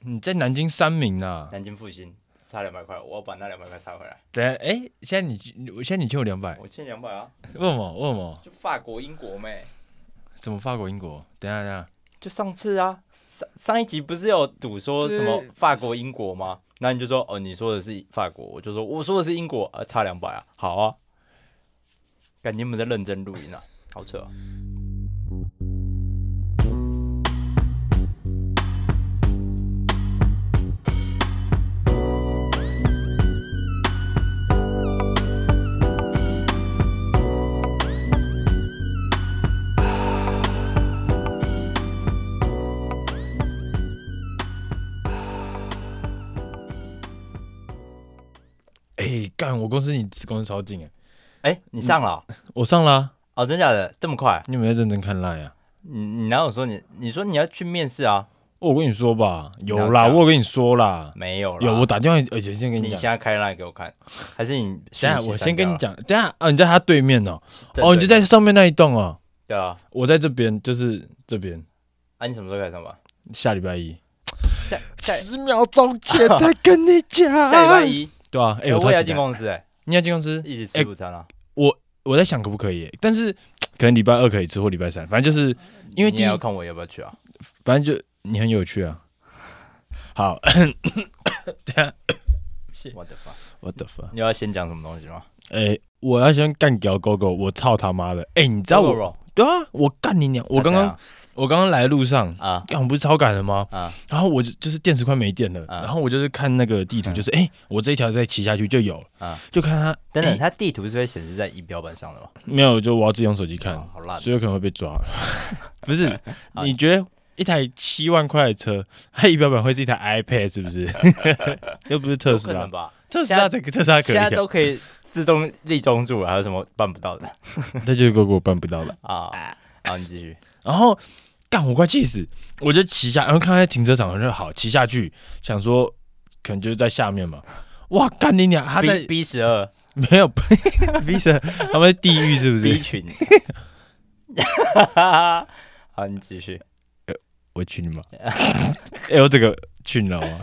你在南京三名呐、南京复兴差两百块，我要把那两百块差回来。等下，哎、现在你，我现在你欠我两百，我欠两百啊，为什么？为什么？就法国、英国没？怎么法国、英国？等一下，等一下，就上次啊，上上一集不是有赌说什么这法国、英国吗？那你就说哦，你说的是法国，我就说我说的是英国，啊，差两百啊，好啊。感觉你们在认真录音啊，好扯、啊。哎、干，我公司离子公司超近哎、哎、你上了啊、我上啦、哦？真假的这么快？你有没有在认真看 line 啊？你你哪有说你？你说你要去面试啊？哦我跟你说吧，有啦，你要看我有跟你说啦，没有了。有，我打电话，而且先跟你你现讲，在开 line 给我看，还是你等讯一下息删掉了？啊我先跟你讲，等一下啊，你在他对面哦、正对面。哦，你就在上面那一栋哦、对啊。我在这边，就是这边，啊，你什么时候开始上班？下礼拜一，下下秒钟前才跟你讲，下礼拜，一，对啊，哎、哎，超我也要期进待哎公司哎，你要进公司？一起吃午餐啊。我在想可不可以欸、但是可能礼拜二可以吃或礼拜三，反正就是因为哦你第也一要看我要不要去啊？反正就你很有趣 啊。 好我的妈！ ，what the fuck？你要先讲什么东西吗？哎、我要先干掉狗狗，我操他妈的！哎、你知道我 Gogoro，对啊，我干你娘！我刚刚、啊我刚刚来路上怎，样啊干我不是超赶的吗？啊然后我就就是电池快没电了，啊然后我就是看那个地图，就是哎、我这一条再骑下去就有了，啊！就看它等哎等，它地图是会显示在仪表板上的吗？没有，就我要自己用手机看，啊好烂！所以有可能会被 抓。不是，好你觉得一台七万块的车，它仪表板会是一台 iPad 是不 是？又不是特有斯可拉能，吧？特斯拉这个特斯拉可现以、在啊，都可以自动立中柱了，还有什么办不到的这就是 Google 办不到的。啊？好，你继续。然后干我快气死，我就骑下，然后看在停车场很热好，骑下去想说可能就是在下面嘛。哇，干你娘！他在 B B 十二 没有 B 神，他们在地狱是不 B 是？群。 好，你继续。我去你妈！ 哎、我这个去你老妈！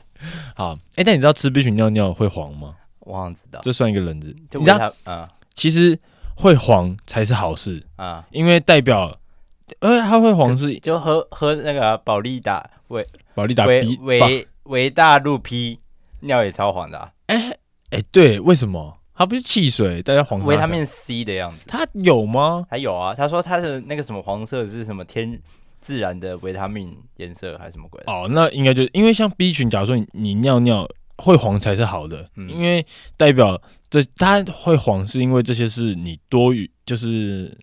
好，哎、但你知道吃 B 群尿尿会黄吗？我好像知道，这算一个冷知识。就你为知道，他，嗯其实会黄才是好事，嗯，因为代表，呃，它会黄是就喝喝那个啊保利达维保利达维 B 吧？维维大陆 P 尿也超黄的、啊，哎哎，对，为什么它不是汽水？大家黄维它他命 C 的样子。它有吗？还有啊，他说他的那个什么黄色是什么天自然的维他命颜色还是什么鬼的？哦，那应该就因为像 B 群，假如说你你尿尿会黄才是好的，嗯因为代表这它会黄是因为这些是你多余，就是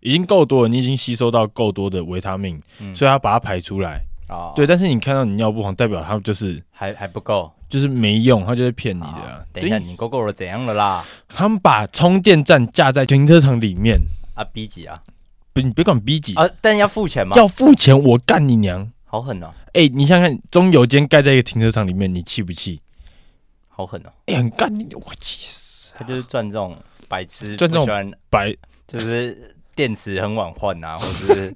已经够多了，你已经吸收到够多的维他命，嗯所以它把它排出来。哦，对，，但是你看到你尿不黄，代表它就是还还不够。就是没用，它就会骗你的啊、啊等一下，对，你 GoGo 了怎样了啦？他们把充电站架在停车场里面，啊，B 几啊？不，你别管 B 级，啊，但要付钱吗？要付钱，我干你娘！好狠哦，哎、你想想看，中油间盖在一个停车场里面，你气不气？好狠哦！哎、很干你，我气死！他就是赚这种白痴，赚这种不喜欢白就是电池很晚换啊，或 者是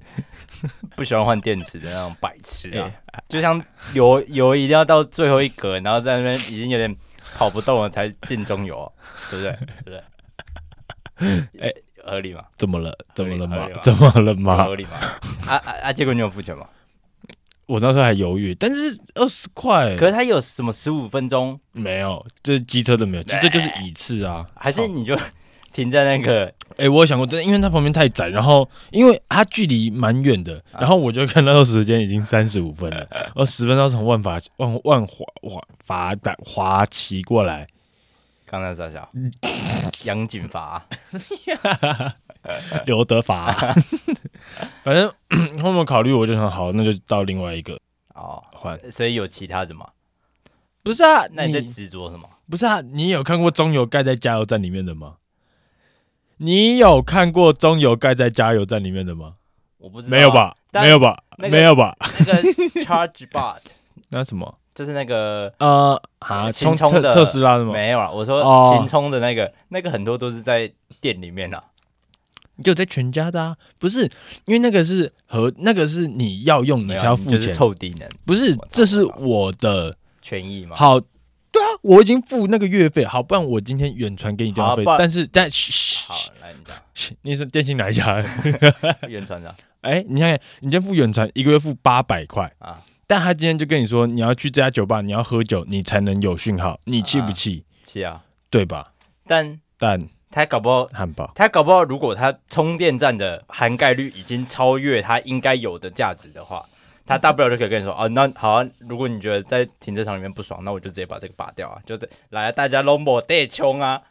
不喜欢换电池的那种白痴啊，哎就像油油一定要到最后一格，然后在那边已经有点跑不动了才进中油，啊对不对？对不对？哎、合理吗？怎么了？怎么了合吗理吧？怎么了吗合？理吗？啊啊啊！结果你有付钱吗？我那时候还犹豫，但是二十块可是他有什么十五分钟，没有，这机车的没有，这这就是一次啊。还是操你就停在那个哎，我有想过，真的，因为它旁边太窄，然后因为它距离蛮远的，然后我就看到时间已经三十五分 了，而十分钟从万法万万华华法达华骑过 来，刚才傻笑，嗯杨景发啊、刘德 华，反正 后面考虑我就想，好，那就到另外一个。哦换，所所以有其他的嘛？不是啊，那你在执着什么？不是啊，你有看过中油盖在加油站里面的吗？你有看过中油盖在加油站里面的吗？我不知道、没有？吧？但没有吧？那个没有吧？那个 Charge Bot 那什么？就是那个呃，啊，新充充特的特斯拉的吗？没有啊，我说哦新充的那个，那个很多都是在店里面啊，你就在全家的啊，不是因为那个是和那个是你要用，你没有啊才要付就钱，是臭低能不是我，这是我我的权益嘛。好。对啊，我已经付那个月费，好，不然我今天远传给你电话好费不，然但是但嘘嘘好嘘，来你讲，嘘你是电信哪一家？袁船长 哎、你看，你今天付远传一个月付八百块，啊，但他今天就跟你说，你要去这家酒吧，你要喝酒，你才能有讯号，你气不气？是啊，对吧？但但他搞不好，汉堡，他搞不好，如果他充电站的涵盖率已经超越他应该有的价值的话，他大不了就可以跟你说啊，那好啊，如果你觉得在停车场里面不爽，那我就直接把这个拔掉啊，就对，来啊大家都抹地冲啊，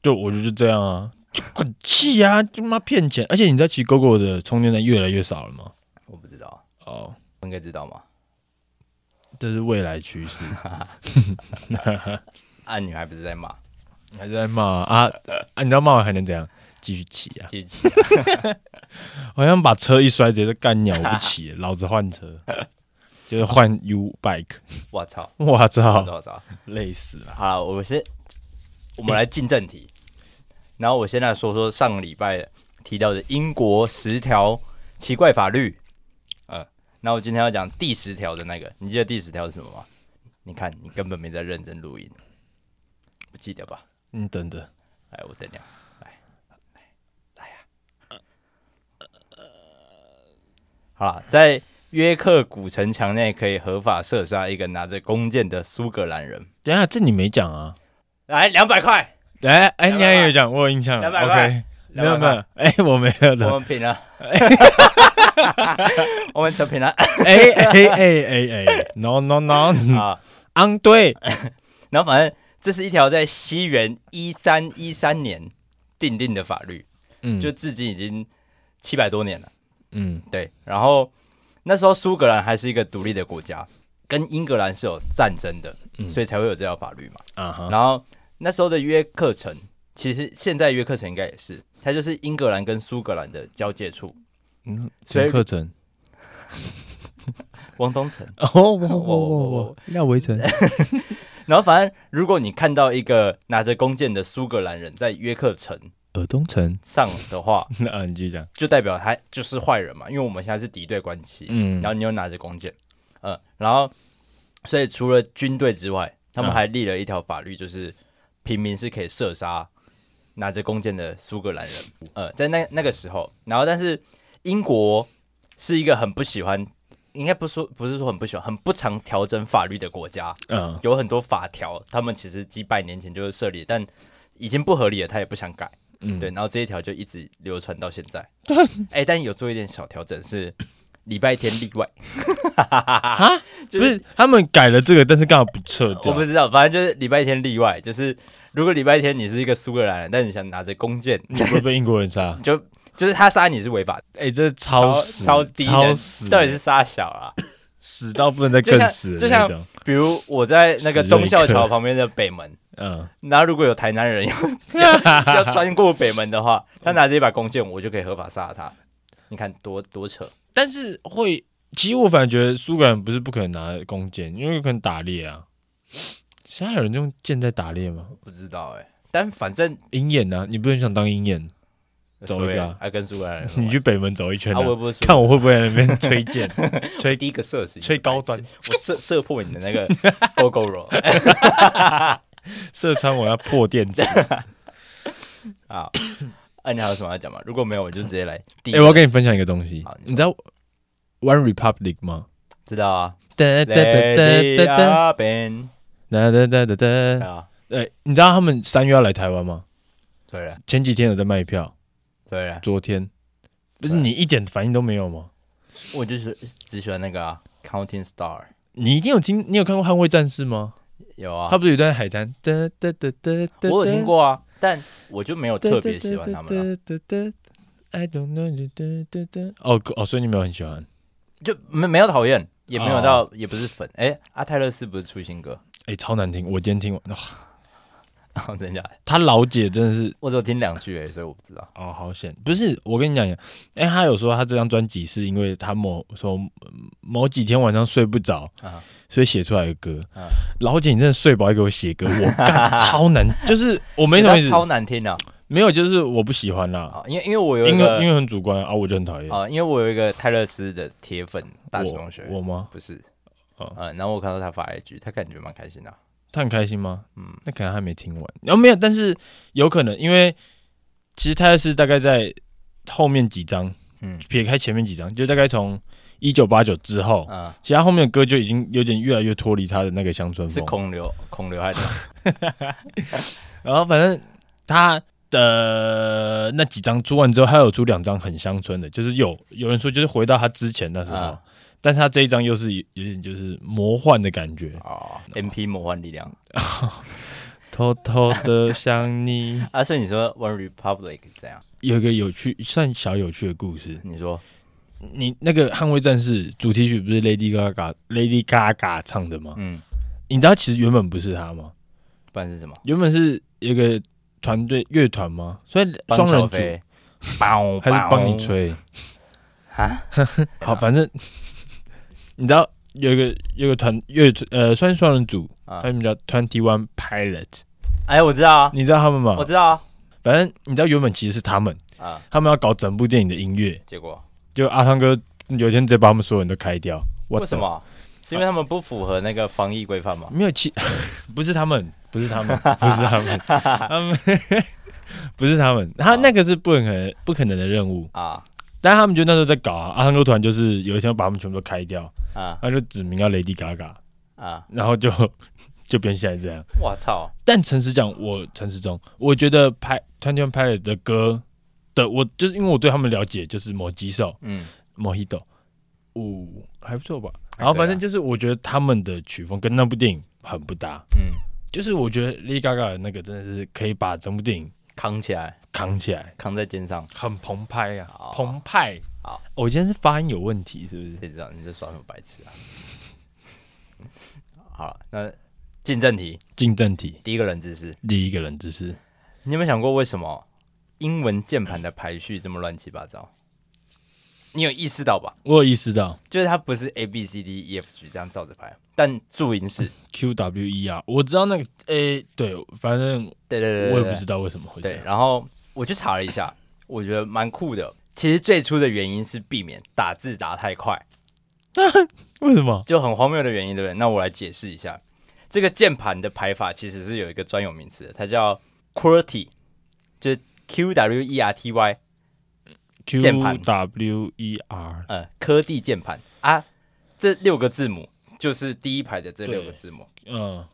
就我就是这样啊，就很气啊，他妈骗钱！而且你知道，其实 GoGo 的充电站越来越少了吗？我不知道，哦，我应该知道吗？这是未来趋势，啊，女孩不是在骂，还是在骂啊啊啊！你知道骂完还能怎样？继续骑啊！积极、好像把车一摔，直接就干鸟，我不骑了，老子换车，就是换 U bike。我操，我我操操，我操，累死了！好了，我先，我们来进正题。然后我先来说说上个礼拜提到的英国十条奇怪法律。呃，那我今天要讲第十条的那个，你记得第十条是什么吗？你看，你根本没在认真录音，不记得吧？你等等，来，我等你啊，来，来，来呀、好了，在约克古城墙内可以合法射杀一个拿着弓箭的苏格兰人。等一下这你没讲啊？来，两百块。哎哎， 200你还有讲，我有印象了。 200 OK，块没有200没块有，哎，我没有我的。们平了， 我们扯平了哎哎哎哎哎，no no no，啊。昂对，然后反正这是一条在西元一三一三年定定的法律，嗯就至今已经七百多年了。嗯对，然后那时候苏格兰还是一个独立的国家，跟英格兰是有战争的，嗯所以才会有这条法律嘛。啊哈，然后那时候的约克城，其实现在约克城应该也是，它就是英格兰跟苏格兰的交界处，嗯，所以陈克诚，汪东城。哦我我我我，廖维成，然后反正如果你看到一个拿着弓箭的苏格兰人在约克城尔东城，上的话，那你继续讲，就代表他就是坏人嘛，因为我们现在是敌对关系。嗯然后你又拿着弓箭，嗯，然后所以除了军队之外，他们嗯还立了一条法律，就是平民是可以射杀拿着弓箭的苏格兰人。呃，在那那个时候，然后但是英国是一个很不喜欢，应该不说不是说很不喜欢，很不常调整法律的国家。嗯有很多法条，他们其实几百年前就是设立，但已经不合理了，他也不想改。嗯，对，，然后这一条就一直流传到现 在。哎、但有做一点小调整，是礼拜天例外。啊，不就是是他们改了这个，但是刚好不撤我掉不，知道，反正就是礼拜天例外，就是如果礼拜天你是一个苏格兰人，但你想拿着弓箭，你会被英国人杀 ，就就是他杀你是违法的，哎，这超超死超低超能死，到底是杀小啊？死到不能再就更像死的就那像种，比如我在那个史瑞忠孝克桥旁边的北门，嗯，然后如果有台 南人要要要穿过北门的话，他拿着一把弓箭，我就可以合法杀他。你看多多扯，但是会，其实我反而觉得苏格兰不是不可能拿弓箭，因为有可能打猎啊。现在有人用箭在打猎吗？不知道哎、但反正鹰眼啊，你不是很想当鹰眼？走一个啊还跟苏格兰人 玩，你去北门走一圈、啊，啊，我也不是看我会不会在那边吹箭，吹第一个射死你，吹高端白痴，我射射破你的 那个狗狗肉射穿我要破电 池。啊！ 啊，你还有什么要讲吗？如果没有，我就直接来哎、第一个。我要跟你分享一个东西好，你你知道 One Republic 吗？知道啊哒哒，Lady 哒哒 a Ben 哒哒哒哒哒。啊，哎，你知道他们三月要来台湾吗？对了前几天有在卖票，对了，昨天，不是对你一点反应都没有吗？我就是只喜欢那个啊 Counting Star，你一定有听，你有看过《捍卫战士》吗？有啊他，不是有在海滩？哒哒哒哒哒。我有听，过啊，但我就没有特别喜欢他们啊，。哒哒 I don't know，哒哒哒。哦哦，所以你没有很喜欢。就没没有讨厌，也没有哦到也不是粉。哎，阿泰勒斯不是出新歌？哦哎、超难听！我今天听完，哇真假的？他老姐真的是我只有听两句哎，所以我不知道。哦，好险！不是，我跟你讲，哎、他有说他这张专辑是因为他某说嗯某几天晚上睡不着，啊所以写出来的歌。啊 老姐，你真的睡饱还给我写歌，我干超难，就是我没什么意欸思它，超难听啊！没有，就是我不喜欢啦。啊，因为因为我有一因为因个为很主观啊，我就很讨厌。啊，因为我有一个泰勒斯的铁粉，大学我同学，我吗？不是，哦嗯，然后我看到他发 IG，他感觉蛮开心的啊，他很开心吗？嗯，那可能还没听完。然、后没有，但是有可能，因为其实泰勒斯大概在后面几章，嗯撇开前面几章，就大概从一九八九之后，啊，其他后面的歌就已经有点越来越脱离他的那个乡村是风。孔刘孔刘海的，然后反正他的呃那几张出完之后，他有出两张很乡村的，就是有有人说就是回到他之前那时候，啊但是他这一张又是有有点就是魔幻的感觉， 哦，MP 魔幻力量偷偷的想你。啊，所以你说 One Republic 怎样？ 有一个有趣算小有趣的故事，你说你那个《捍卫战士》主题曲不是 Lady Gaga Lady Gaga 唱的吗？嗯，你知道其实原本不是他吗？不然是什么？原本是有一个团队乐团吗？所以双人组飞，帮还是帮你吹？啊？好，反正你知道有一个有一个团乐呃，算是双人组，啊他们叫 Twenty One Pilot，哎，我知道啊，你知道他们吗我？知道啊反正你知道原本其实是他们，啊，他们要搞整部电影的音乐，结果就阿汤哥有一天直接把他们所有人都开掉。What 为什 the- 么？是因为他们不符合那个防疫规范吗？没有其 不是他们，不是他们，不是他 们，他们不是他们，他那个是不可能不可能的任务。啊但他们就那时候在搞啊，阿汤哥突然就是有一天要把他们全部都开掉，啊他就指名要 Lady Gaga，啊！然后就 就变现在这样。我操，但诚实讲，我诚实中，我觉得拍团团拍的歌的，我就是因为我对他们了解，就是某几首嗯，某一斗，五还不错吧。还然后可以反正啊就是我觉得他们的曲风跟那部电影很不搭，嗯，就是我觉得 Lady Gaga 的那个真的是可以把整部电影扛起来，扛起来，扛在肩上，很澎湃啊好，澎湃。哦好我今天是发音有问题是不是？谁知道你在耍什么白痴啊？ 好，那进正题，进正题，第一个冷知识，第一个人只是你有没有想过为什么英文键盘的排序这么乱七八糟？你有意识到吧？我有意识到就是它不是 A B C D E F G 这样照着排，但注音是， Q W E R，我知道那个诶、对，反正 对对对对我也不知道。道为什么会这对，样。然后我去查了一下，我觉得蛮酷的。其实最初的原因是避免打字打太快，为什么？就很荒谬的原因，对不对？那我来解释一下，这个键盘的排法其实是有一个专有名词的，它叫 QWERTY，就是 Q W E R T Y， Q 键盘 W E R，呃，科技键盘啊，这六个字母就是第一排的这六个对字母。嗯，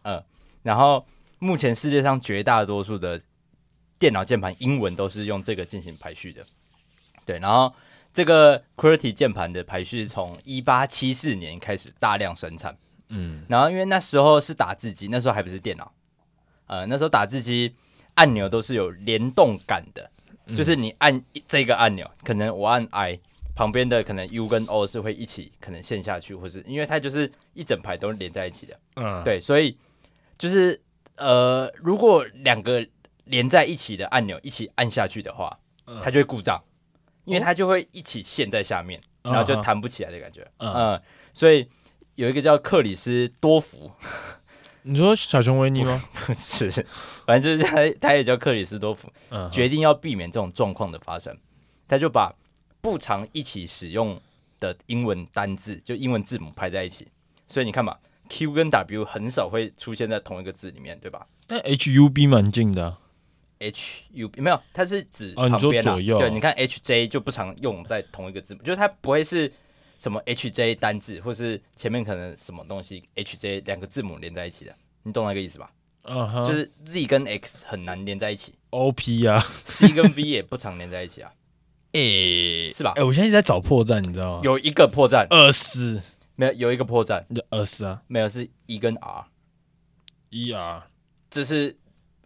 然后目前世界上绝大多数的电脑键盘英文都是用这个进行排序的。对，然后这个 QWERTY 键盘的排序从一八七四年开始大量生产。嗯，然后因为那时候是打字机，那时候还不是电脑，呃，那时候打字机按钮都是有联动感的，就是你按一这个按钮，可能我按 I。旁边的可能 U 跟 O 是会一起可能陷下去，或是因为它就是一整排都连在一起的，嗯，对，所以就是呃，如果两个连在一起的按钮一起按下去的话，嗯它就会故障，因为它就会一起陷在下面，嗯，然后就弹不起来的感觉。嗯嗯、所以有一个叫克里斯多福，你说小熊维尼吗？不是，反正就是他，他也叫克里斯多福，嗯，决定要避免这种状况的发生，他就把不常一起使用的英文单字，就英文字母排在一起。所以你看嘛，Q 跟 W 很少会出现在同一个字里面，对吧 那 H U B 蛮近的啊、 ？H U 没有，它是指哦你旁说边、啊左右对，你看 H J 就不常用在同一个字母，就是它不会是什么 H J 单字，或是前面可能什么东西 H J 两个字母连在一起的，你懂那个意思吧？ 嗯哼，就是 Z 跟 X 很难连在一起 O P 啊， ，C 跟 V 也不常连在一起啊， 诶、是吧诶、？我现在一直在找破绽，你知道吗？有一个破绽，二四，没有有一个破绽，你的二四啊没有是 E 跟 R， ，E R，这是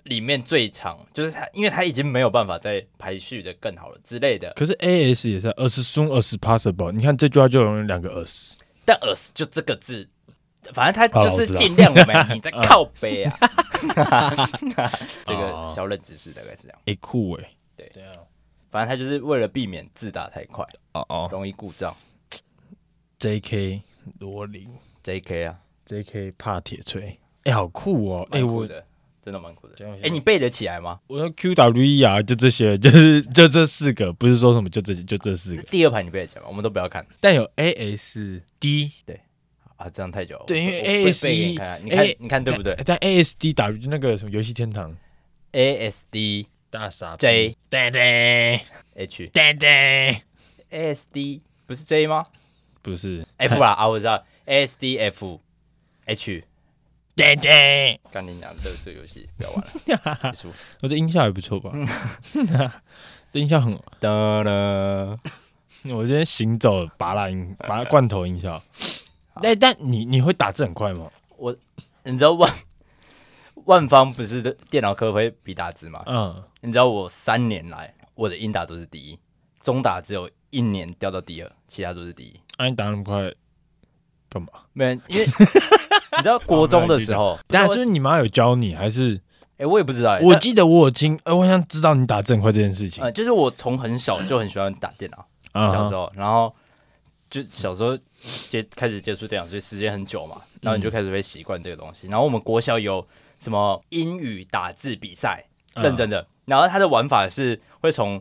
里面最长，就是它，因为它已经没有办法再排序的更好了之类的。可是 A S 也是啊二十 soon 二十 possible，你看这句话就有两个二十，但 us 就这个字，反正它哦就我是知道尽量 我们你在靠北啊。这个哦小冷知识大概是这样，诶、酷诶、对对啊，反正它就是为了避免字打太快，哦哦容易故障。 ，J K 罗琳，J K 啊， ，J K 怕铁锤，诶、好酷哦，诶、蛮酷我的真的蛮酷的。这样哎、你背得起来吗？我说 QWE 啊，就这些，就是 就这四个，不是说什么就这些，就这四个。第二排你背得起来吗？我们都不要看但有 ASD，啊，这样太久了。对我因为我背 ASE 背给你看啊看，你看 A- 你看对不对哎但？ASD 打那个什么游戏天堂？ASD 大傻 J 呆呆 H 呆呆， ASD 不是 J 吗不是？F 啦啊，我知道 ASD F H。 呆呆。干你娘乐色游戏，不要玩 了，结束。我这音效还不错吧？ 这音效很，哒啦，我今天行走拔蜡音，拔罐头音 效。但但你你会打字很快吗？你知道万万方不是电脑科会比打字吗？嗯，你知道我三年来我的英打都是第一，中打只有一年掉到第二，其他都是第一。那、你打那么快干嘛？没人，因为 你知道国中的时候， 但不知是道你妈有教你，还是哎、我也不知道、欸，我但记得我有听，呃，我想知道你打字很快这件事情呃，就是我从很小就很喜欢打电脑，啊小时候，然后就小时候接开始接触电脑，所以时间很久嘛，然后嗯你就开始会习惯这个东西。然后我们国小有什么英语打字比赛，嗯认真的。然后它的玩法是会从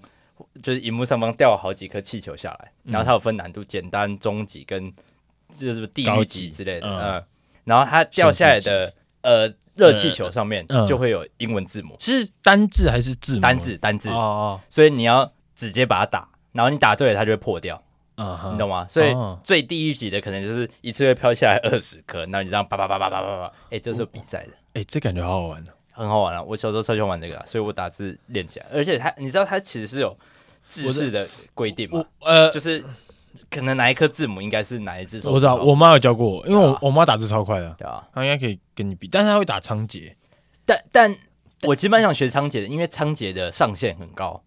就是荧幕上方掉好几颗气球下来，然后它有分难度，简单、中级跟就是地高狱级级之类的，嗯嗯。然后它掉下来的呃热气球上面嗯就会有英文字母，是单字还是字母？单字单字哦，哦，所以你要直接把它打，然后你打对了它就会破掉。嗯哼，你懂吗？所以哦最低一级的可能就是一次会飘下来二十颗，然后你这样叭叭叭叭叭叭叭，哎、这是有比赛的，哎、这感觉好好玩哦。很好玩啊！我小时候超喜欢玩这个、啊，所以我打字练起来，而且它，你知道它其实是有制式的规定嘛，呃，就是可能哪一颗字母应该是哪一只手指头，我知道，我妈有教过我，因为对我啊我妈打字超快的，对啊，她应该可以跟你比，但是她会打仓颉。但但我其实蛮想学仓颉的，因为仓颉的上限很高，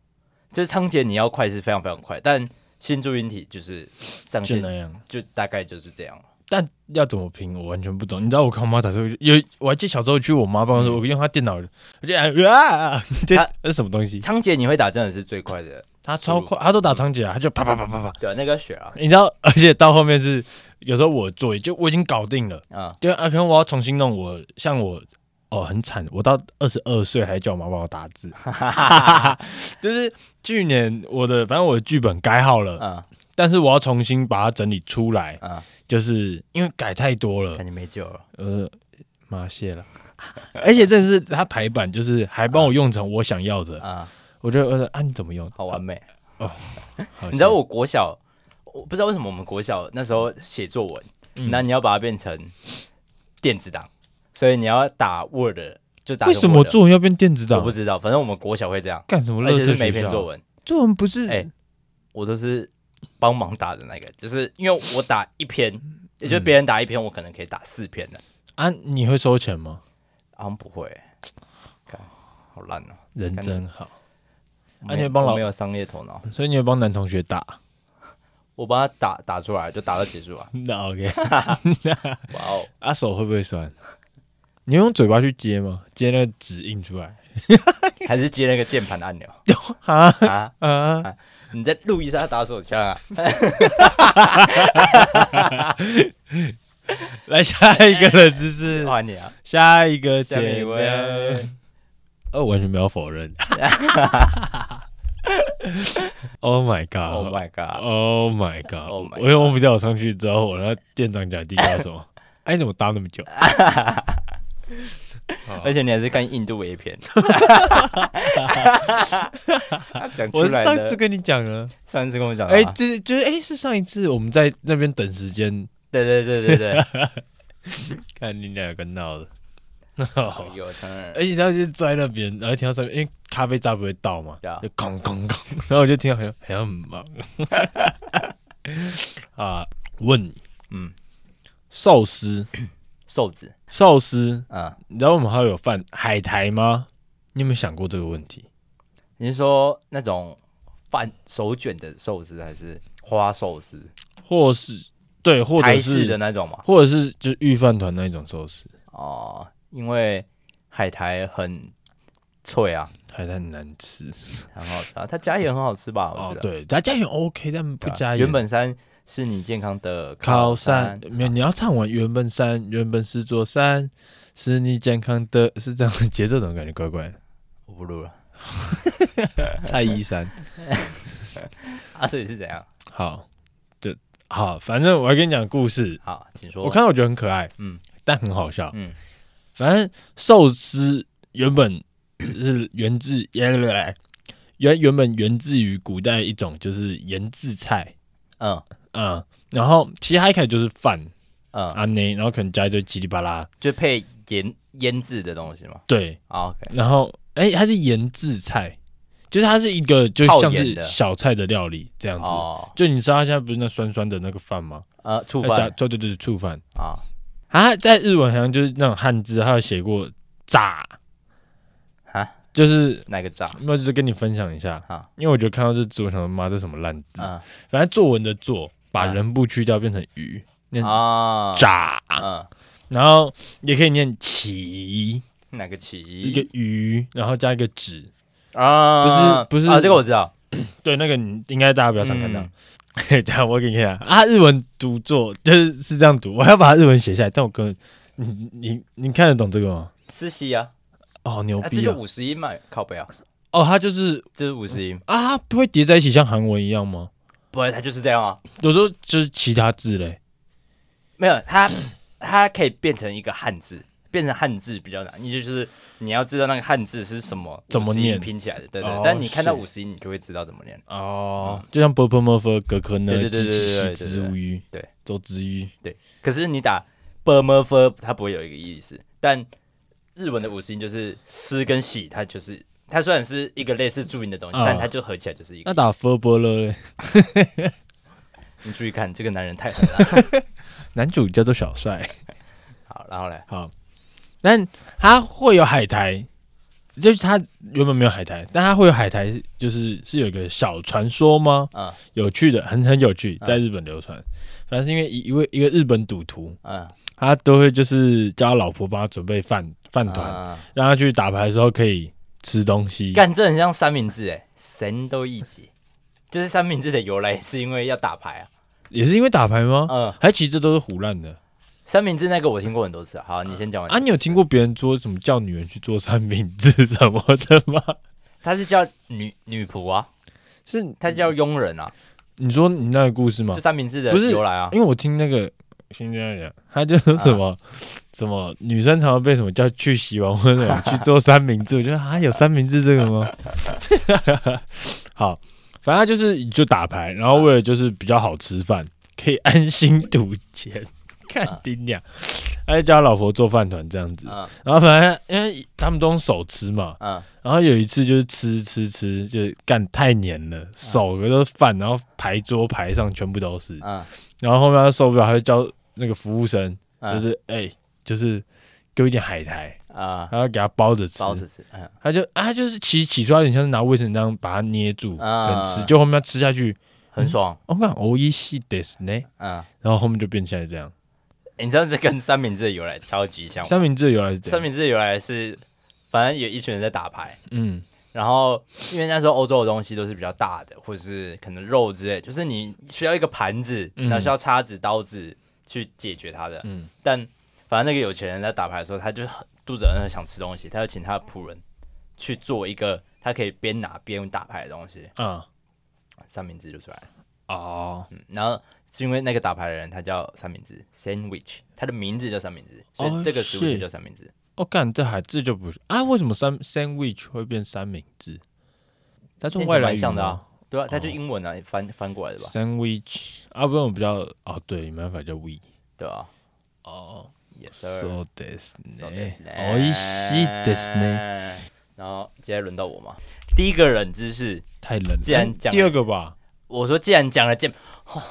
就是仓颉你要快是非常非常快，但新注音体就是上就限那样。就大概就是这样了。但要怎么拼，我完全不懂。你知道我看我妈打字，有我还记得小时候去我妈办公室，我用她电脑，我就啊， 啊这嗯她这是什么东西？仓颉你会打真的是最快的，她超快，她都打仓颉啊，她就啪啪啪啪啪。对啊，那个要学啊，你知道，而且到后面是有时候我作业就我已经搞定了，嗯。对啊，可能我要重新弄我，像我哦很惨，我到二十二岁还叫我妈帮我打字， 就是去年我的反正我的剧本改好了，嗯但是我要重新把它整理出来，嗯，就是因为改太多了，看你没救了。呃，妈谢了。而且这是他排版，就是还帮我用成我想要的，啊，我就呃啊你怎么用？好完美！好，你知道我国小，我不知道为什么我们国小那时候写作文，嗯那、你要把它变成电子档，所以你要打 Word，就打为成什么 Word 作文要变电子我档不？知道，反正我们国小会这样，干什么而乐且色是每学篇校？啊作文，作文不是哎我都是帮忙打的那个，就是因为我打一篇，也就是别人打一篇，我可能可以打四篇的，啊？你会收钱吗？好像不会、看好烂哦、人感觉真好，没啊你有帮老我没有商业头脑，所以你有帮男同学打？ 我帮他打打出来，就打到结束啊！那 OK，哇哦， 啊手会不会酸？你用嘴巴去接吗？接那个纸印出 来 还是接那个键盘的按 钮啊啊！啊！你在路易莎打手枪啊？来下一个的姿 势，换你啊！下一个下面一姐位啊 妹呃，完全没有否 认。oh my ，Oh god！Oh my god！ my god！ Oh my 我又忘不掉我上去之后，我那店长讲第一句话什么？ 哎，你怎么搭那么久？而且你还是看印度 A 片，讲出我来上次的。跟你讲了，上次跟我讲的啊，哎，就是就是，哎，是上一次我们在那边等时间，对对对对 哎对，看你两个闹的。 哎有 turn，而且他就坐在那边，然后听到上面，因为咖啡渣不会倒嘛，对啊就咣咣咣，然后我就听到好像好像很忙。 啊，问你，嗯，寿司，瘦子，寿司，嗯，你知道我们还有饭海苔吗？你有没有想过这个问题？你是说那种饭手卷的寿司，还是花寿司？或是对，或台者式是的那种嘛？或者是就是御饭团那一种寿司，哦，因为海苔很脆啊，海苔很难吃。很好吃啊，它家也很好吃吧？我哦觉，得。对，它加盐 OK，但不对啊加盐。原本山是你健康的靠山啊山，没有，你要唱完原本山，原本是座山，是你健康的，是这样的节奏，怎么感觉怪怪的？我不录了。 蔡依山，啊，所以是怎样？ 好，就好，反正我要跟你讲故事。好，请说。我看到我觉得很可爱，嗯但很好笑。嗯反正寿司原本是源自原来原原本源自于古代一种就是盐渍菜，嗯嗯，然后其实它一开始就是饭嗯，啊内，然后可能加一堆叽里巴拉，就配腌腌制的东西嘛。对，啊 OK，然后哎、它是盐渍菜，就是它是一个就泡像盐是的小菜的料理这样子。哦，就你知道它现在不是那酸酸的那个饭吗？呃，触再加犯对对对，醋饭。啊，它在日文好像就是那种汉字，它有写过炸，哈，就是那个炸？啊那就是跟你分享一下好，因为我觉得看到这字，我想说妈这什么烂字，嗯反正作文的作把啊人不去掉变成鱼，念啊，炸，嗯，然后也可以念起，哪个起？一个鱼，然后加一个止，啊，不是不是啊，这个我知道，对，那个你应该大家比较常看到嗯。嘿， 等一下我给你看啊，日文读作就是是这样读，我要把它日文写下来，但我跟你你你看得懂这个吗？是西啊，哦，牛啊，这逼就哦！五十音嘛，靠背啊，哦，它就是这是五十音，啊，它不会叠在一起像韩文一样吗？不，它就是这样啊，有时候就是其他字嘞。没有 它，它可以变成一个汉字，变成汉字比较难，你就是你要知道那个汉字是什么，怎么五十音念拼起来的，对哦对，但你看到是五十音，你就会知道怎么念，哦，就像 purple m u r p h 格格呢，对对对对对对吉吉吉之无鱼，对，周之鱼，可是你打 b m f，它不会有一个意思，但日文的五十音就是诗跟喜，它就是。它虽然是一个类似注音的东西，啊但它就合起来就是一那个。打 f u r b e r 嘞， 你注意看，这个男人太狠了。男主叫做小帅。好，然后嘞，好，但它会有海苔，就是它原本没有海苔，但它会有海苔，就是是有一个小传说吗？嗯有趣的，很很有趣，嗯在日本流传。反正是因为一一位一个日本赌徒，嗯，他都会就是叫他老婆帮他准备饭饭团，啊让他去打牌的时候可以吃东西。干，这很像三明治哎，神都一级。就是三明治的由来是因为要打牌啊。也是因为打牌吗？嗯，还其实这都是胡乱的三明治那个我听过很多次啊。好，你先讲完啊！你有听过别人说什么叫女人去做三明治什么的 吗？他是叫女女仆啊，是他叫佣人啊，你说你那个故事吗就？三明治的嗯不是由来啊。因为我听那个先这样讲，他就说什么、什么女生常常被什么叫去洗完或者去做三明治，我觉得啊有三明治这个吗？ 好，反正他就是就打牌，然后为了就是比较好吃饭，可以安心赌钱，看啊丁俩，他就叫他老婆做饭团这样子，嗯然后反正因为他们都用手吃嘛，嗯然后有一次就是吃吃吃，就是干太黏了，手都是饭，然后牌桌牌上全部都是，嗯然后后面他受不了，他就叫那个服务生，嗯，就是哎、就是给我一点海苔，啊，然后给他包着吃。包子吃，嗯他就啊，他就是起起初有点像是拿卫生纸这样把它捏住，啊可能吃，就后面他吃下去，很爽，我看哦一系得是呢，嗯。然后后面就变现在这样。欸你知道这跟三明治的由来超级像吗。三明治的由来是这三样，明治的由来是，反正有一群人在打牌，嗯，然后因为那时候欧洲的东西都是比较大的，或是可能肉之类，就是你需要一个盘子，嗯然后需要叉子、刀子去解决它的。嗯但反正那个有钱人在打牌的时候，他就很肚子饿，很想吃东西，他就请他的仆人去做一个他可以边拿边打牌的东西，啊三明治就出来了。哦嗯，然后是因为那个打牌的人他叫三明治 （sandwich），他的名字叫三明治，所哦以这个食物是就叫三明治。哦，干这还这就不是啊？为什么三 sandwich 会变三明治？它是念起外来来蛮语像的吗啊对啊，他就英文啊，翻翻过来的吧？ ？sandwich 啊，不用比较哦，对，没办法叫 we 对啊，哦。也是。そうですそうねです。ね美味しいですね。。然后接下来轮到我嘛，第一个冷知识，太冷了。既然讲了第二个吧。我说既然讲了见，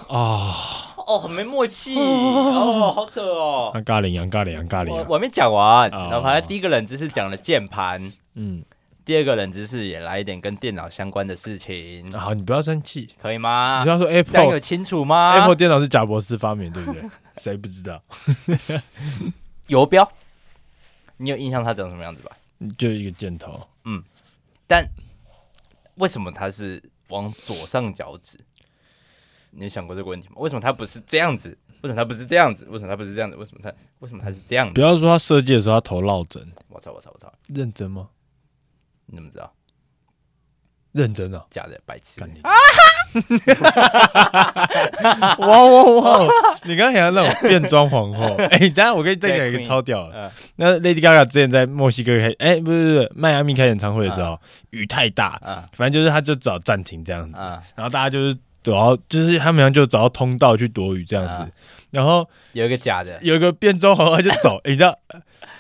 啊，哦，很没默契，哦，好扯哦，那咖喱羊，咖喱羊，咖喱我羊。我还没讲完，哦然后反正第一个冷知识讲了键盘，嗯，第二个冷知识也来一点跟电脑相关的事情，好，你不要生气。可以你哎吗就？要说这样有啊 Apple 清楚吗 Apple 电脑是贾博士发明，对 不对？谁不知道？游标，你有印象它长什么样子吧？就一个箭头。但为什么它是往左上角指？你想过这个问题吗？为什么它不是这样子？为什么它不是这样子？为什么它不是这样子？为什么它为什么它是这样不子？要说他设计的时候他头落枕，我操我操我操！认真吗？你怎么知道？认真啊！假的，白痴！哇哇哇！ 你刚才讲那种变装皇 后，哎、等一下我跟你再讲一 Drag 个 queen 超屌的。嗯那 Lady Gaga 之前在墨西哥开，哎、不是不是迈阿密开演唱会的时嗯候，雨太大，啊反正就是他就找暂停这样子，啊！然后大家就是躲到，就是他们好像就找到通道去躲雨这样子，啊然后有一个假的，有一个变装皇后她就 走，哎诶你知道，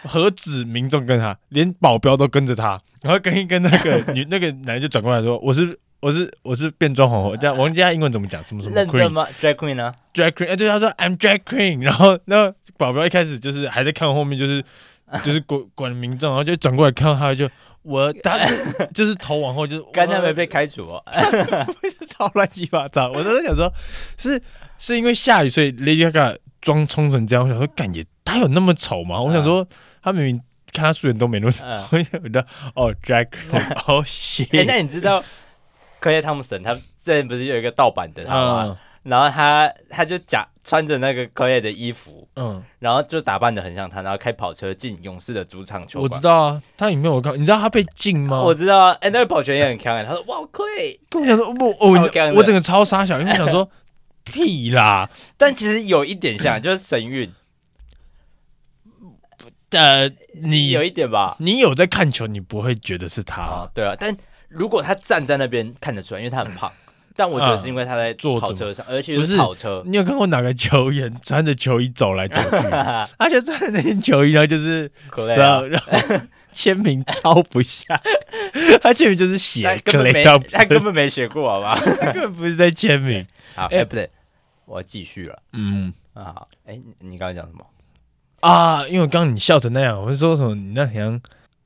何止民众跟他，连保镖都跟着他，然后跟一跟那 个女那个男的就转过来说：“我是我是我是变装皇后。”这样，王家英文怎么讲？什么什么嗯认真 queen 吗？Drag queen 啊呢？ drag queen？哎，对，他说 I'm drag queen。然后那保镖一开始就是还在看后面， 就是就是管管民众，然后就转过来看到他就。我 他就就是头往后，就是刚才没哇被开 除哦。超乱七八糟。我当时想说，是是因为下雨，所以 Lady Gaga 妆冲成这样。我想说，感觉她有那么丑吗？我想说，她明明看她素颜都没那么丑。嗯 我想到，哦，Jack，哦 哎， ，shit，那你知道克莱汤姆森他之前不是有一个盗版的他吗？啊，然后他他就假穿着那个 Clay 的衣服，嗯，然后就打扮的很像他，然后开跑车进勇士的主场球我知馆。道啊，她影片我看，你知道她被禁吗？我知道啊，哎、那个保全也很强哎、他说 哇 Clay，跟我想说，不，哦超干的我我整个超傻小，因为我想说， 屁啦，但其实有一 点像，就是神韵，呃，你有一点吧。你有在看球，你不会觉得是她啊，对啊，但如果他站在那边看得出来，因为他很胖，嗯但我觉得是因为他在坐着跑车上，而且不是是跑车，你有看过哪个球员穿着球衣走来走 去吗？哈哈而且穿的那件球衣，然后就是可累啊手然后签名抄不下， 他签名就是写但根本 Clay 没，到， 他根本没学过，好 吧？他根本不是在签名。好，哎哎，不对，我要继续了 嗯啊。好哎，你你刚才讲什么？啊，因为我刚刚你笑成那样，我是说什么？你那像，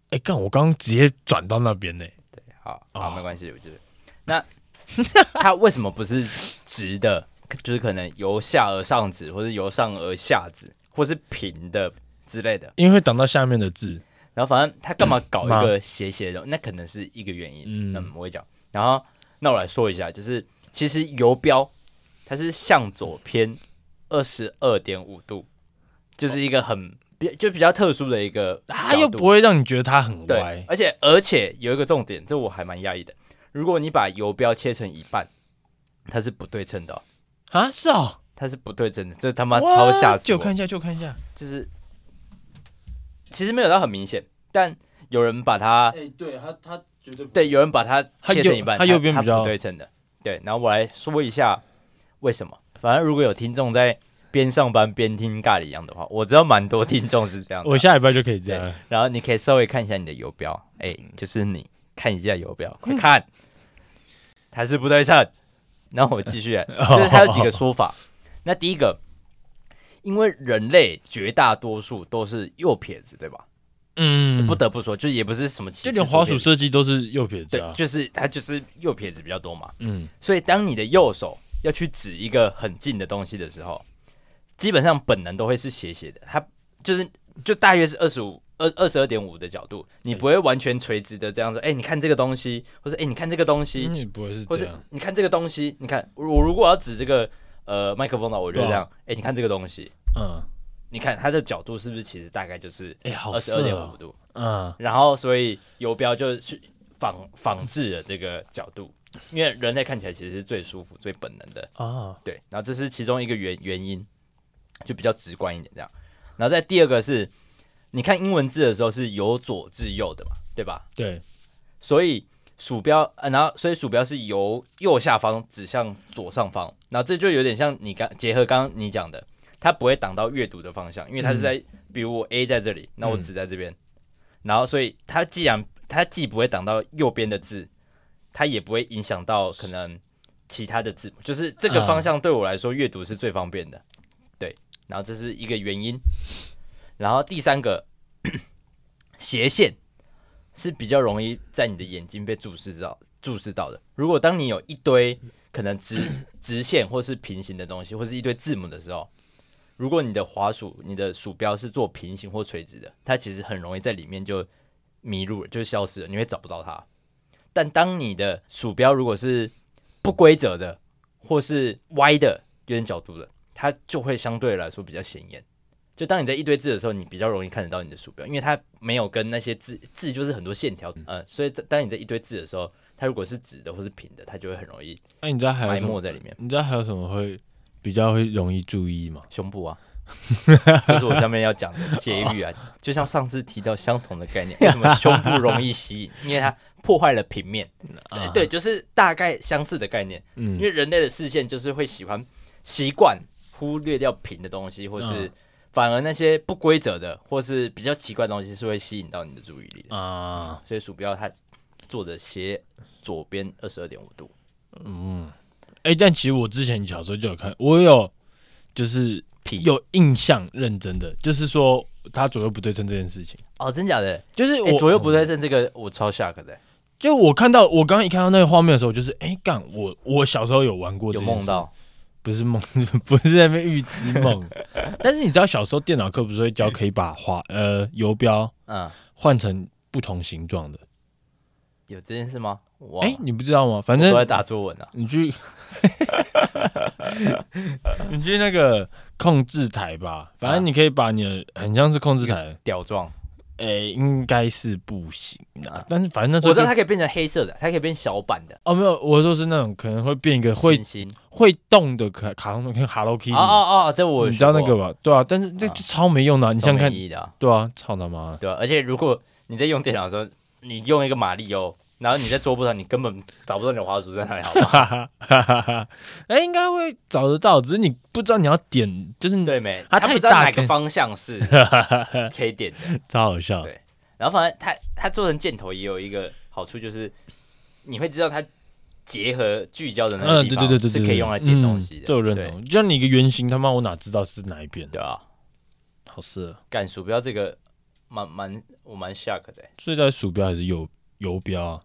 哎、干我刚刚直接转到那边呢、对，好，哦好，没关系，我就是。那 他为什么不是直的？就是可能由下而上直，或者由上而下直，或是平的之类的。因为会挡到下面的字。然后反正他干嘛搞妈一个斜斜的，那可能是一个原因。嗯嗯，我会讲。然后那我来说一下，就是其实游标它是向左偏二十二点五度，就是一个很比就比较特殊的一个他角啊又度不会让你觉得他很对歪，，而且而且有一个重点，这我还蛮讶异的。如果你把游标切成一半，它是不对称的哦、啊，是哦，它是不对称的，这他妈啊超吓死就我！看一下，就看一下。就是其实没有到很明显，但有人把它哎、对他，他绝对对，有人把它切成一半，它右它右边它比较不对称的。对，然后我来说一下为什么。反正如果有听众在边上班边听咖喱一样的话，我知道蛮多听众是这样 的。我下礼拜就可以这对样。，然后你可以稍微看一下你的游标，哎、嗯就是你看一下游标，快看，它是不对称。然后我继 续、就是它有几个说法。那第一个，因为人类绝大多数都是右撇子，对吧？嗯，不得不说，就也不是什么歧视就连滑鼠左撇子设计都是右撇子对啊，。就是它就是右撇子比较多嘛。嗯，所以当你的右手要去指一个很近的东西的时候，基本上本能都会是斜斜的，它就是就大约是二十五。二二十二点五的角度，你不会完全垂直的这样说，哎、你看这个东西，或者哎、你看这个东西，你不会是或这者样。你看这个东西，你看我我如果要指这个呃麦克风的话，我就啊这样，哎、你看这个东西，嗯，你看它的角度是不是其实大概就是哎、好二十色二点哦五度，嗯，然后所以游标就是仿仿制了这个角度，因为人类看起来其实是最舒服、最本能的，啊，对。然后这是其中一个原原因，就比较直观一点这样。然后再第二个是，你看英文字的时候是由左至右的嘛，对吧？对，所以鼠标，呃、然后所以鼠标是由右下方指向左上方，然后这就有点像你刚结合刚刚你讲的，它不会挡到阅读的方向，因为它是在，比如我 A 在这里，那我指在这边，然后所以它既然它既不会挡到右边的字，它也不会影响到可能其他的字，就是这个方向对我来说阅读是最方便的，对，然后这是一个原因，然后第三个 斜线是比较容易在你的眼睛被注视到注视到的。如果当你有一堆可能直直线或是平行的东西，或是一堆字母的时候，如果你的滑鼠、你的鼠标是做平行或垂直的，它其实很容易在里面就迷路了，就消失了，你会找不到它。但当你的鼠标如果是不规则的，或是歪的有点角度的，它就会相对来说比较显眼。就当你在一堆字的时候，你比较容易看得到你的鼠标，因为它没有跟那些字字就是很多线条，呃，所以在当你在一堆字的时候，它如果是直的或是平的，它就会很容易那、你知道还有埋什么？没在里面。你知道还有什么会比较会容易注意吗？胸部啊，这是我下面要讲的节育啊，就像上次提到相同的概念，为什么胸部容易吸引？因为它破坏了平面。对对，就是大概相似的概念。嗯因为人类的视线就是会喜欢习惯忽略掉平的东西，或是嗯反而那些不规则的或是比较奇怪的东西是会吸引到你的注意力的。啊，所以鼠标它坐的斜左边二十二点五度，嗯，哎、但其实我之前小时候就有看，我有就是有印象，认真的，就是说他左右不对称这件事情，哦，真假的？就是我、哎，左右不对称这个我超 shock 的，就我看到我刚刚一看到那个画面的时候，就是哎干、我我小时候有玩过这有件事，梦到不是梦， 不是在那边预知 梦，但是你知道小时候电脑课不是会教可以把滑呃游标嗯。换成不同形状的？有这件事吗？哇，哎、你不知道吗？反我正都在打作文啊。你去， 你去那个控制台吧，反正你可以把你的很像是控制台，屌状，哎、应该是不行啊啊。但是反正那时我候知就道它可以变成黑色的，它可以变小版的，哦，没有，我说是那种可能会变一个会星星。会动的卡卡通，跟 Hello 哦 Kitty，、哦哦，这我有你知道学那过个吧？对啊，但是这啊就超没用的啊、你超想想没看，意义的啊，对啊，操他妈的！ 对啊，而且如果你在用电脑的时候，你用一个马里奥，然后你在桌布上，你根本找不到你的滑鼠在哪里，好吧？哈哈哈哈哈！哎，应该会找得到，只是你不知道你要点，就是你 对没？它他啊太不知道大哪个根方 向是可以点的。超好笑对然后反正它它做成箭头也有一个好处，就是你会知道它结合聚焦的那个嗯，地对方、对对对，是可以用来点东西的。嗯这我认对同。就像你一个圆形，他妈我哪知道是哪一边？对啊，好色，干鼠标这个蛮蛮我蛮 shock 的、所以到底鼠标还是游游标啊？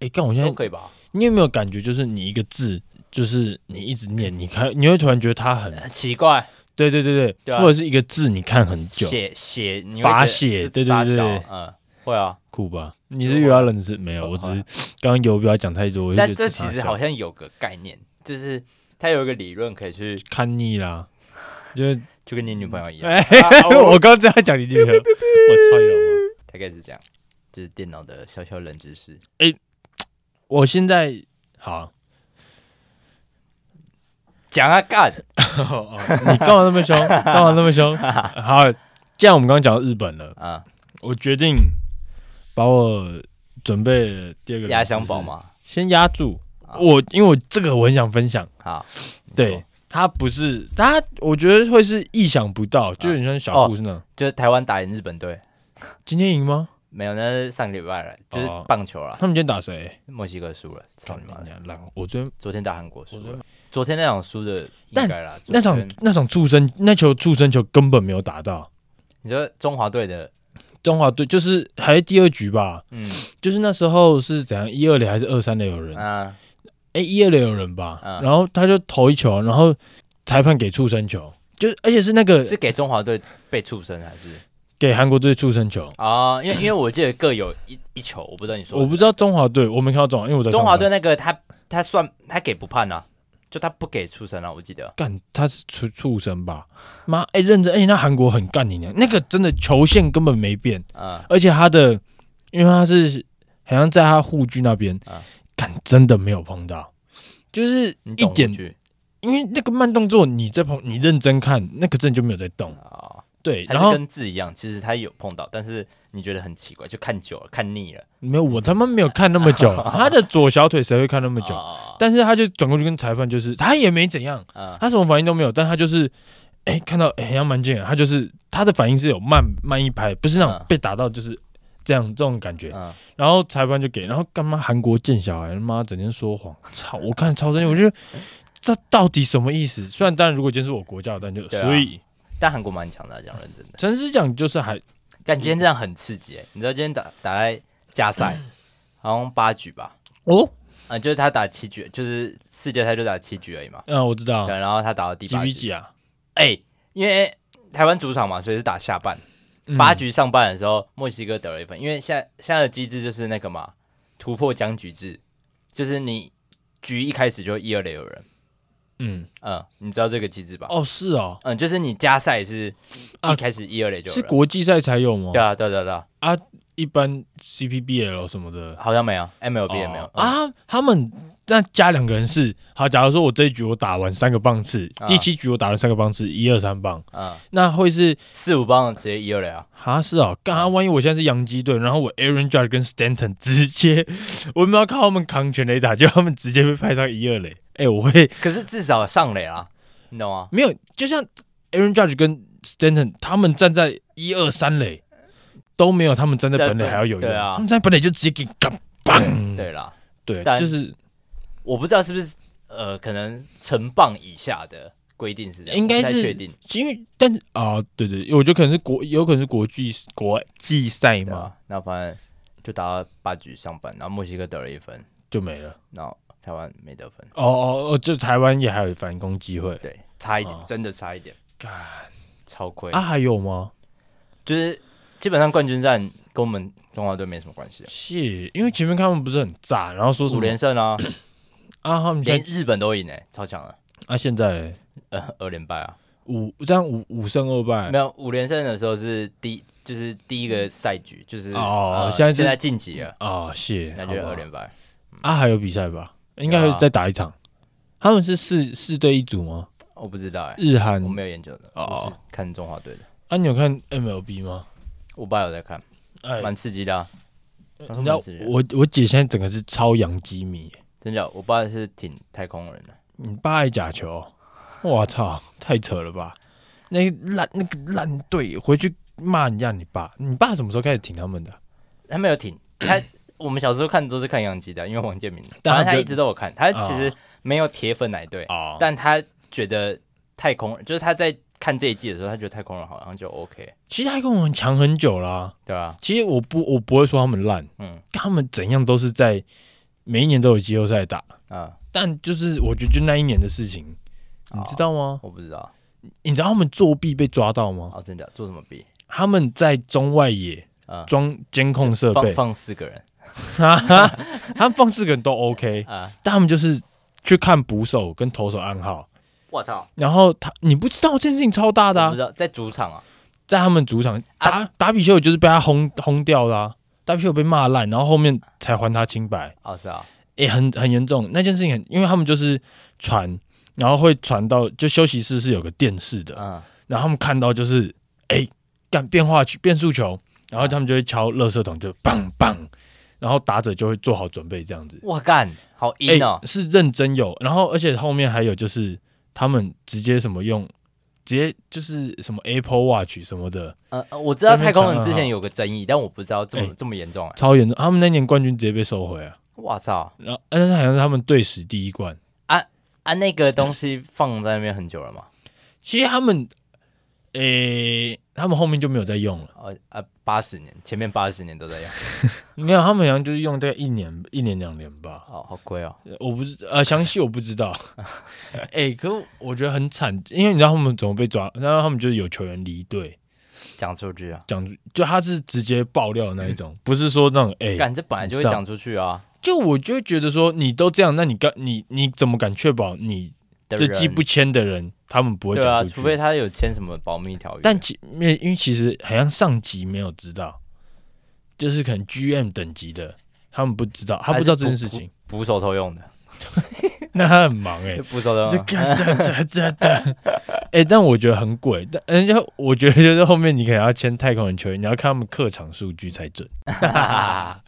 哎，干，我现都在可以吧？你有没有感觉，就是你一个字，就是你一直念，你看你会突然觉得它很，很奇怪，对对对对对，啊或者是一个字你看很久，写写你会罚觉得写这对对傻对小对嗯，会啊。酷吧？你是又要认识没有？我只是刚刚游标讲太多，我就觉哦但得这傻其实笑好像有个概念，就是它有一个理论可以去，看腻啦， 就是就跟你女朋友一样，哎 啊我刚刚这样讲你 女朋友，我超有啊。大概是这样。这是电脑的小小冷知识。我现在好，讲啊干，哦你干嘛那 么凶？干嘛那么凶？好，既然我们刚刚讲到日本了，啊，我决定把我准备的第二个压箱宝嘛，嘛，先压住啊。我因为我这个我很想分享，好，你对说，它不是它，我觉得会是意想不到，啊就很像小故事那样。就是台湾打赢日本队，今天赢吗？没有，那是上个礼拜了，就是哦棒球了，他们今天打谁？墨西哥输了，操你妈的！娘烂！我昨天昨天打韩国输我昨了，昨天那场输的应但该啦，那昨场天那场助身那球助身球根本没有打到。你说中华队的，中华队就是还是第二局吧，嗯就是那时候是怎样一二垒还是二三垒有人？哎、啊，一二垒有人吧，嗯然后他就投一球，然后裁判给触身球，就是而且是那个是给中华队被畜生还是给韩国队触身球。啊？因为因为我记得各有一一球，我不知道你说的我不知道中华队，我没看到中华，因为我在中华队上那个他他算他给不判啊，就他不给出神啊，我记得。班干他是畜畜生吧？妈，哎、认真哎、那韩国很干你娘，那个真的球线根本没变，嗯，而且他的因为他是好像在他护具那边啊，干、真的没有碰到，就是你一懂点我去因为那个慢动作，你在旁你认真看，那个真的就没有在动。啊，对，还然是后跟字一样，其实他有碰到，但是你觉得很奇怪，就看久了看腻了。没有我他妈没有看那么 久，他的左小腿谁会看那么久？啊但是他就转过去跟裁判，就是他也没怎样，嗯他什么反应都没有，但他就是哎、看到哎好像蛮近的，他就是他的反应是有慢慢一拍，不是那种嗯被打到就是这样这种感觉。嗯，然后裁判就给，然后干嘛韩国贱小孩他妈整天说谎，操！ 我看超生气，我觉得这到底什么意思？虽然当然如果今天是我国家的，但就、对啊所以但韩国蛮强的啊，讲认真的。诚实讲就是还但今天这样很刺激欸，你知道今天打打在加赛，好像八局吧？哦。啊，就是他打七局，就是世界赛就打七局而已嘛。嗯，我知道对，，然后他打到第几八比局，几啊？哎，因为台湾主场嘛，所以是打下半。嗯八局上半的时候，墨西哥得了一分，因为现在现在的机制就是那个嘛，突破僵局制，就是你局一开始就一二垒有人，嗯，嗯，你知道这个机制吧？哦，是哦，嗯，就是你加赛是啊一开始一二垒就是有人国际赛才有吗？对啊，对啊对啊对啊，啊，一般 CPBL 什么的好像没有，MLB 也没有哦，啊，他们那加两个人是好。假如说我这一局我打完三个棒次，啊第七局我打完三个棒次，一二三棒，嗯，那会是四五棒直接一二垒啊，啊，是哦，干、啊，万一我现在是洋基队，然后我 Aaron Judge 跟 Stanton 直接， 我们要靠他们扛全垒打，就他们直接被派上一二垒，哎、我会可是至少上垒啊，你懂吗？没有，就像 Aaron Judge 跟 Stanton 他们站在一二三垒都没有，他们站在在本垒本还要有用，对啊他们站在本垒就直接给你干棒，对啦，对，但就是我不知道是不是呃，可能成棒以下的规定是这样，应该我不太是确定，因为但是啊、对对，我觉得可能是国，有可能是国际国际赛对啊嘛，吧？那反正就打到八局上半，然后墨西哥得了一分，就没了。然后台湾没得分，哦哦哦，就台湾也还有反攻机会，对，差一点，哦真的差一点，干超亏，啊还有吗？就是基本上冠军战跟我们中华队没什么关系啊，是，因为前面他们不是很炸，然后说什五么连 胜啊，啊，他们连现日本都赢诶、超强的，啊现在嘞呃，二连败啊，五这样五五胜二败没，有五连胜的时候是第就是第一个赛局，就是哦呃现在是现在晋级了，啊是，那好就是吧二连败，啊还有比赛吧，应该有还啊是再打一场，他们是四四对一组吗？我不知道哎、日韩我没有研究的，哦哦我是看中华队的，啊你有看 MLB 吗？我爸有在看，哎，蛮刺激的、啊，嗯你知道我我姐现在整个是超洋基迷，真假？我爸是挺太空人的，你爸爱假球，我操，太扯了吧！那个烂那个烂队回去骂人家你爸，你爸什么时候开始挺他们的？他没有挺他。我们小时候看都是看杨基的，啊因为王 建民，但反他正他就一直都有看。他其实哦没有铁粉哪一队，哦但他觉得太空人，就是他在看这一季的时候，他觉得太空人好像就 OK，其实他跟我们强很久啦、对吧、其实我不我不会说他们烂，嗯他们怎样都是在每一年都有季后赛打，啊，但就是我觉得就那一年的事情，哦你知道吗？我不知道你知道他们作弊被抓到吗？哦，真假？做什么弊？他们在中外野嗯，装监控设放备，放四个人 他们放四个人都 OK，啊！但他们就是去看捕手跟投手暗号，我操，然后他你不知道这件事情超大的、我啊不知，道啊在主场啊，在他们主场打打比丘就是被他轰轰掉的、啊，打比丘被骂烂，然后后面才还他清白。哦是啊，也、很很严重。那件事情很，因为他们就是传，然后会传到就休息室是有个电视的，嗯，然后他们看到就是哎干变化球变速球，然后他们就会敲垃圾桶，就棒棒，然后打者就会做好准备这样子。我干，好哎、阴哦，是认真有，然后而且后面还有就是他们直接什么用，直接就是什么 Apple Watch 什么的，呃，呃我知道这边太空人传之很前好有个争议，但我不知道这么哎这么严重哎，超严重。他们那年冠军直接被收回啊，我操然后但是好像是他们队史第一冠。啊，那个东西放在那边很久了嘛，其实他们，诶、他们后面就没有再用了。呃啊，八十年，前面八十年 都在用，你看，他们好像就是用大概一年、一年两年吧，哦，好贵哦，呃我不知呃详细我不知 道。诶、可是我觉得很惨，因为你知道他们怎么被抓，然后他们就是有球员离队，讲出去啊，讲就他是直接爆料的那一种，不是说那种诶、干这本来就会哎你知道讲出去啊，就我就会觉得说你都这样，那你干你你怎么敢确保你的这人季不签的人他们不会对啊，讲除出非去？他有签什么保密条约，但其因为因为其实好像上级没有知道，就是可能 GM 等级的，他们不知道，他不知道这件事情，捕手偷用的，那他很忙 哎、捕手偷这用的，个这这这这， 哎、但我觉得很贵，但人家我觉得就是后面你可能要签太空人球员，你要看他们客场数据才准。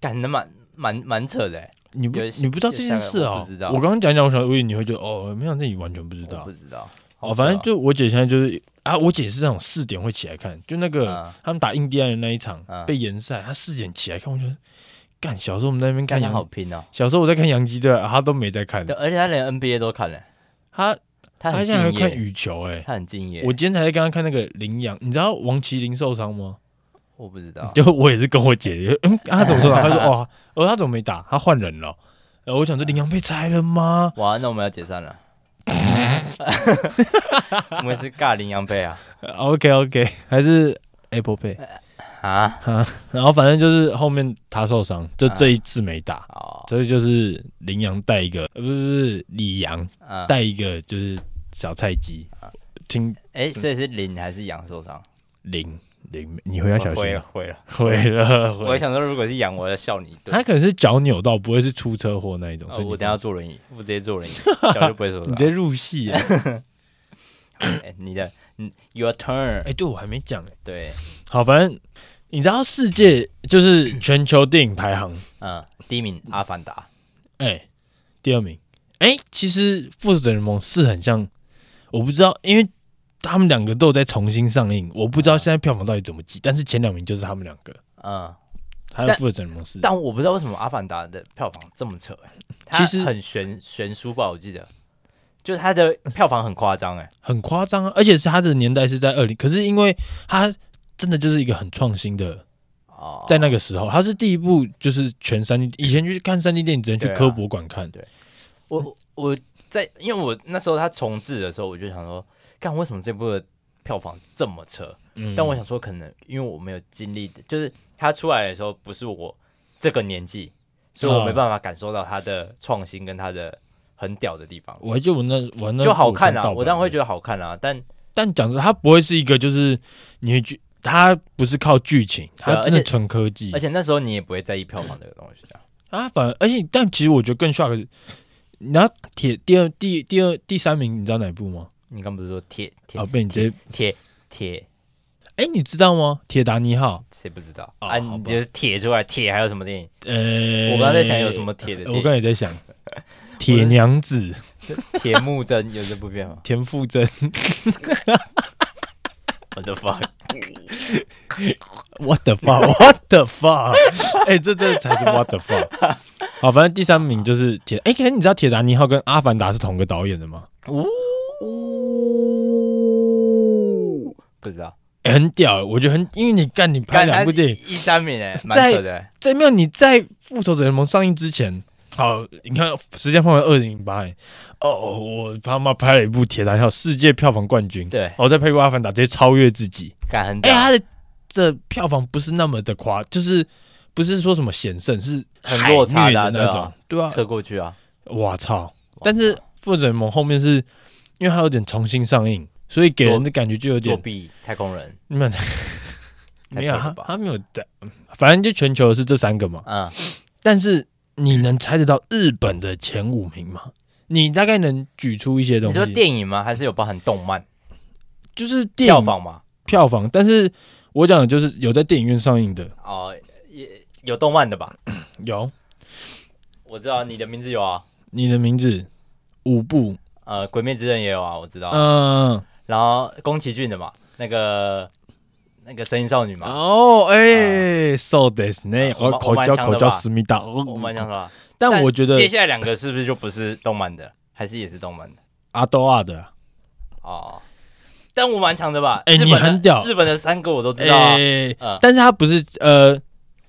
干的蛮蛮蛮扯的欸，你不有一些你不知道这件事啊、有些我不知道我刚刚讲讲，我想我以为你会觉得哦，没想到你完全不知我道不。知道，好哦，反扯正啊就我姐现在就是啊，我姐是那种四点会起来看，就那个、嗯他们打印第安人那一场、嗯被延赛，她四点起来看，我觉得干小时候我们在那边看看他洋，好拼哦，小时候我在看洋基队，啊她都没在看对，，而且他连 NBA 都看了，她他她很现在还敬会看业，羽球哎、他很敬业。我今天才在刚刚看那个羚羊，你知道王麒麟受伤吗？我不知道，就我也是跟我姐 姐，嗯，啊、他怎么受伤？她说哇，我说他怎么没打？他换人了。呃，我想啊说羚羊被拆了 吗？哇，那我们要 解散了。我们是尬羚羊配啊 OK OK，还是 Apple Pay。啊啊然后反正就是后面他受伤，就这一次没打，哦，这就是羚羊带一个，呃，不是不是李阳嗯，带一个就是小菜鸡，啊听哎，所以是零还是羊受伤？羚羚，你回要小会心了啊，会了。毁了我还毁了。想说，如果是羊，我要笑你一顿他。可能是脚扭到，不会是出车祸那一种。哦所以啊你我等下坐轮椅，我直接坐 轮椅，脚就不会受你伤直。接入 戏啊！哎，你的，嗯，your 哎， turn。对我还没讲哎。对，好，反正你知道世界就是全球电影排行，嗯，第一名《阿凡达哎，第二名，哎，其实《复仇者联盟四》很像，我不知道，因为他们两个都有在重新上映，我啊不知道现在票房到底怎么计，但是前两名就是他们两个，》。嗯，还有《但复仇者联盟四》。但我不知道为什么《阿凡达》的票房这么扯、欸，它其实很悬悬殊吧，我记得，就是它的票房很夸张哎，很夸张啊！而且是它的年代是在二零，可是因为它真的就是一个很创新的，哦，在那个时候，它是第一部就是全三 D，以前去看三 D 电影只能去对啊科博馆看，我我在因为我那时候它重置的时候，我就想说，看为什么这部的票房这么扯？嗯啊但我想说，可能因为我没有经历的，就是它出来的时候不是我这个年纪，所以我嗯没办法感受到它的创新跟它的很屌的地方。我还记得我那我哦那就好看啊，我当当然然会觉得好看啊，嗯但但讲真，它不会是一个就是你会觉它不是靠剧情，它对啊真的而且纯科技而且那时候你也不会在意票房这个东西啊。啊，反而而且但其实我觉得更 shock，的是你知道铁第二第第二第三名你知道哪一部吗？你刚不是说铁铁啊，被你直接铁铁，哎、你知道吗？铁达尼号，谁不知道哦好啊？你吧就是铁出来，铁还有什么电影？呃、我刚才在想有什么铁的呃电我刚影，才也在想 铁娘子铁木真有这部片吗田馥甄我的 fuck， ，What the fuck，What the fuck，哎、这这才是 What the fuck。好，反正第三名就是铁，哎、可是你知道铁达尼号跟阿凡达是同个导演的吗？呜， 不知道，哎很屌，我觉得很，因为你干啊你拍干两部电影，一三名哎，蛮在扯的欸，在没有你在《复仇者联盟》上映之前，好，你看时间放回二零零八年，哦，我他妈拍了一部《铁达尼号》世界票房冠军，哦对，我再拍一部《阿凡达》，直接超越自己。干很哎、屌，他的的票房不是那么的夸，就是不是说什么险胜，是很落差的的啊那种，对啊，车过去啊，我操！但是《复仇者联盟》后面是因为它有点重新上映，所以给人的感觉就有作点弊太空人，没有 太没有扯他了吧他没有在，反正就全球是这三个嘛。嗯，但是你能猜得到日本的前五名吗？你大概能举出一些东你说西，电影吗？还是有包含动漫就是电影票房吗？票房，但是我讲的就是有在电影院上映的，哦，也有动漫的吧？有我知道你的名字有啊，你的名字五部，呃，《鬼灭之刃》也有啊，我知道，嗯，然后宫崎骏的嘛，那个那个声音少女嘛，哦，哎，so this 呢，啊我口口蛮我蛮交强的口交吧思密达，嗯我们讲什么？但我觉得啊接下来两个是不是就不是动漫的，还是也是动漫的？阿多啊的，哦，但我蛮强的吧？哎日本你的很屌日本的三个我都知道啊，哎嗯，但是他不是呃，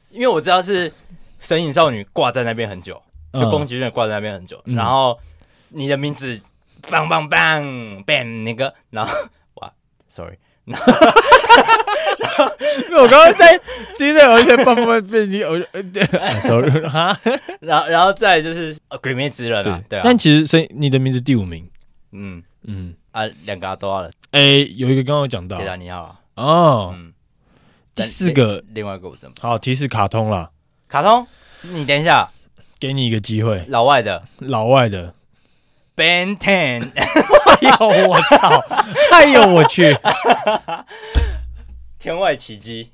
因为我知道是神隐少女挂在那边很久，就宫嗯崎骏挂在那边很久，嗯然后你的名字棒棒棒 bang 那个，然后哇，sorry，因为我刚刚在听着，我在棒棒被你 偶，sorry 哈，然后然后再来就是呃鬼灭之刃啊，对啊，但其实声你的名字第五名，嗯嗯，啊，两个阿多啊了，诶，有一个刚刚有讲到铁达尼号啊，哦，嗯，第四个另外一个我真不好提示卡通啦，卡通，你等一下，给你一个机会，老外的老外 的， Ben Ten 哎呦我操， 哎呦我去，天外奇迹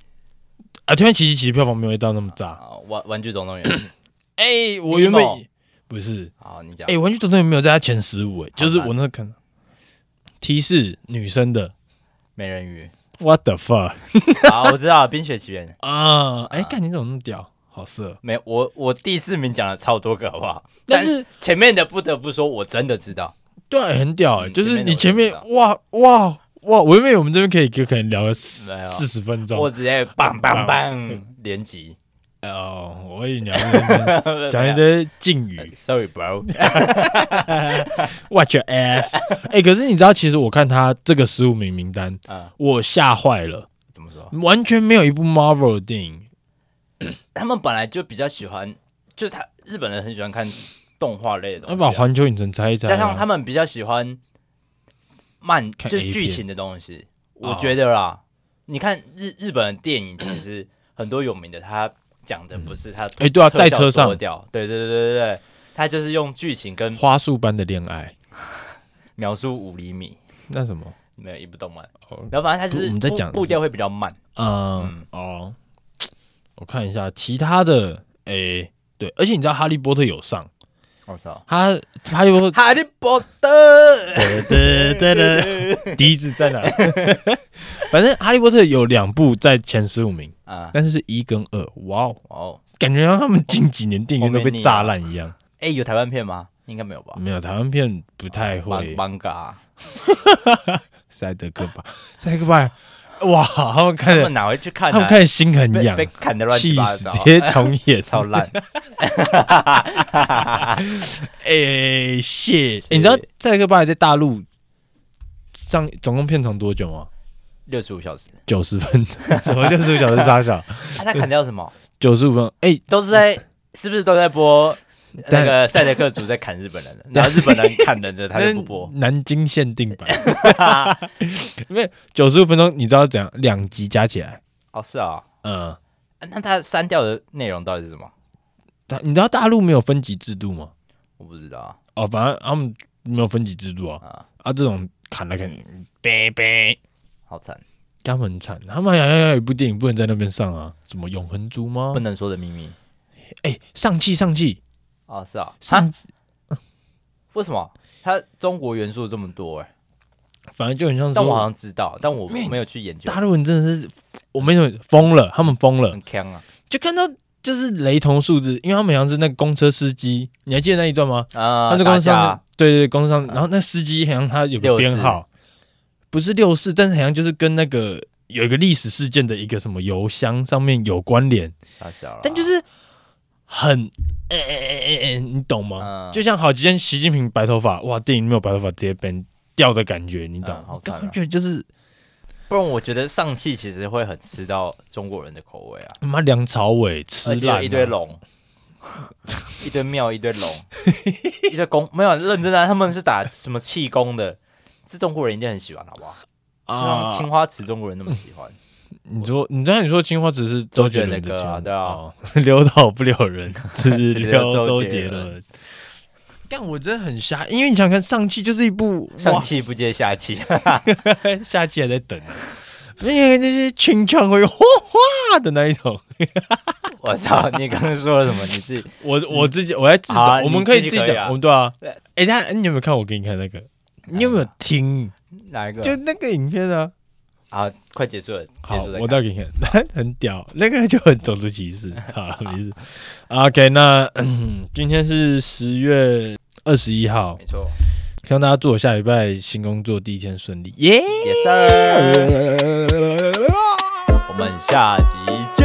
啊，天然奇迹其实票房没有到那么炸，啊，玩玩具总动员哎，我原本 Nemo 不是，好，你讲哎，玩具总动员没有在他前十五，哎，就是好我那个看到提示女生的美人鱼，what the fuck 好，我知道《冰雪奇缘》啊，哎，干你怎么那么屌，好色，没我我第四名讲了超多个好不好？但是。前面的不得不说，我真的知道，对啊、很屌、欸，嗯就是你前前面面哇哇哇，我以为我们这边可以可能聊个四没有四十分钟我。直接棒棒棒连击，哦，我以为你要在那边 讲一堆堆 敬语 Sorry bro， ，Watch your ass。哎、可是你知道，其实我看他这个十五名名单，啊，我吓坏了，怎么说？完全没有一部 Marvel 的电影。他们本来就比较喜欢，就是他日本人很喜欢看动画类的东要西把啊、环球影城拆一拆啊、加上他们比较喜欢漫，看就是 A 剧片情的东西。哦我觉得啦，你看日日本的电影，其实很多有名的，他讲的不是他哎对啊特效在车上多屌，对对对对对对，他就是用剧情跟花束般的恋爱，描述五厘米，那什么？没有一部动漫哦。然后反正他就不是我们在步讲的是步调会比较慢，嗯，哦，我看一下其他的，哎、对，而且你知道哈利波特有上，我 操。他哈利波特哈利波特，的的的 笛子在 哪？反正哈利波特有两部在前十五名，啊，但是是一跟二，哇哦，哦，感觉像他们近几年电影院都被炸烂一样。哎，有台湾片吗？应该没有吧？没有台湾片不太会，漫嘎，塞德克巴，塞德克巴，哇，他们看他的们哪会去看啊？他们看的心很被痒，被砍的乱七气八死，糟，直接重演， 超烂。哎，谢，欸是你知道《赛克巴莱》在大陆上总共片长多久吗？六十五小时，九十分 钟，什么六十五小时杀小？啊、他砍掉什么？九十五分钟，哎、都 是在，是不是都在播那个赛德克族在砍日本人的，然后日本人砍人的他就 不播。那南京限定版， 因为九十五分钟，你知道怎样？两集加起来，哦，是啊、嗯，啊那他删掉的内容到底是什么？大你知道大陆没有分级制度吗？我不知道啊哦，反正他们没有分级制度啊，啊，啊，这种砍来砍去，呗呗，好惨！他们很惨，他们好像要有一部电影不能在那边上啊，什么《永恒族》吗不？能说的秘密。哎、上气上气哦，是啊、啊，上，为什么他中国元素这么多、啊哎，反正就很像但我好说像知道，但我没有没有去研究。大陆人真的是，我没什么疯了，他们疯了很，坑啊就看到就是雷同数字，因为他们好像是那个公车司机，你还记得那一段吗？啊！他就打公司架上啊，，对对对，公司上，然后那司机好像他有个六四编号，不是六四，但是好像就是跟那个有一个历史事件的一个什么邮箱上面有关联，傻小了。但就是很，哎哎哎哎哎，你懂吗？嗯就像好几天习近平白头发，哇，电影里面有白头发直接变掉的感觉，你懂？嗯好惨啊感觉就是不然我觉得上汽其实会很吃到中国人的口味啊。他妈梁朝伟吃而且烂有啊一 堆龙，一堆庙，一堆龙，一堆弓，没有认真的啊、他们是打什么气功的，这中国人一定很喜欢，好不好？就像啊！青花瓷中国人那么喜欢，你说，你知道你说青花只是周杰伦周杰伦的歌啊青对啊哦 留岛不留人， 只 只留留周周杰杰伦伦。但我真的很瞎，因为你想看上汽就是一部 上哇，气不接下气， 下期还在等啊呢，因为那些群唱会哗哗的那一种。我操！你刚刚说了什么？你自己 我我自己我在自好啊找，我们你可以自己自己可以啊讲，我们对啊对。哎，他你有没有看我给你看那个？你有没有听？哪一个？就那个影片啊。啊，快结束了，结好束，了。我再给你看， 很屌，那个就很种族歧 视。好了，没事。OK，那、嗯今天是十月二十一号没，错希望大家祝我下礼拜新工作第一天顺利，耶、 ，Yes sir，我们下集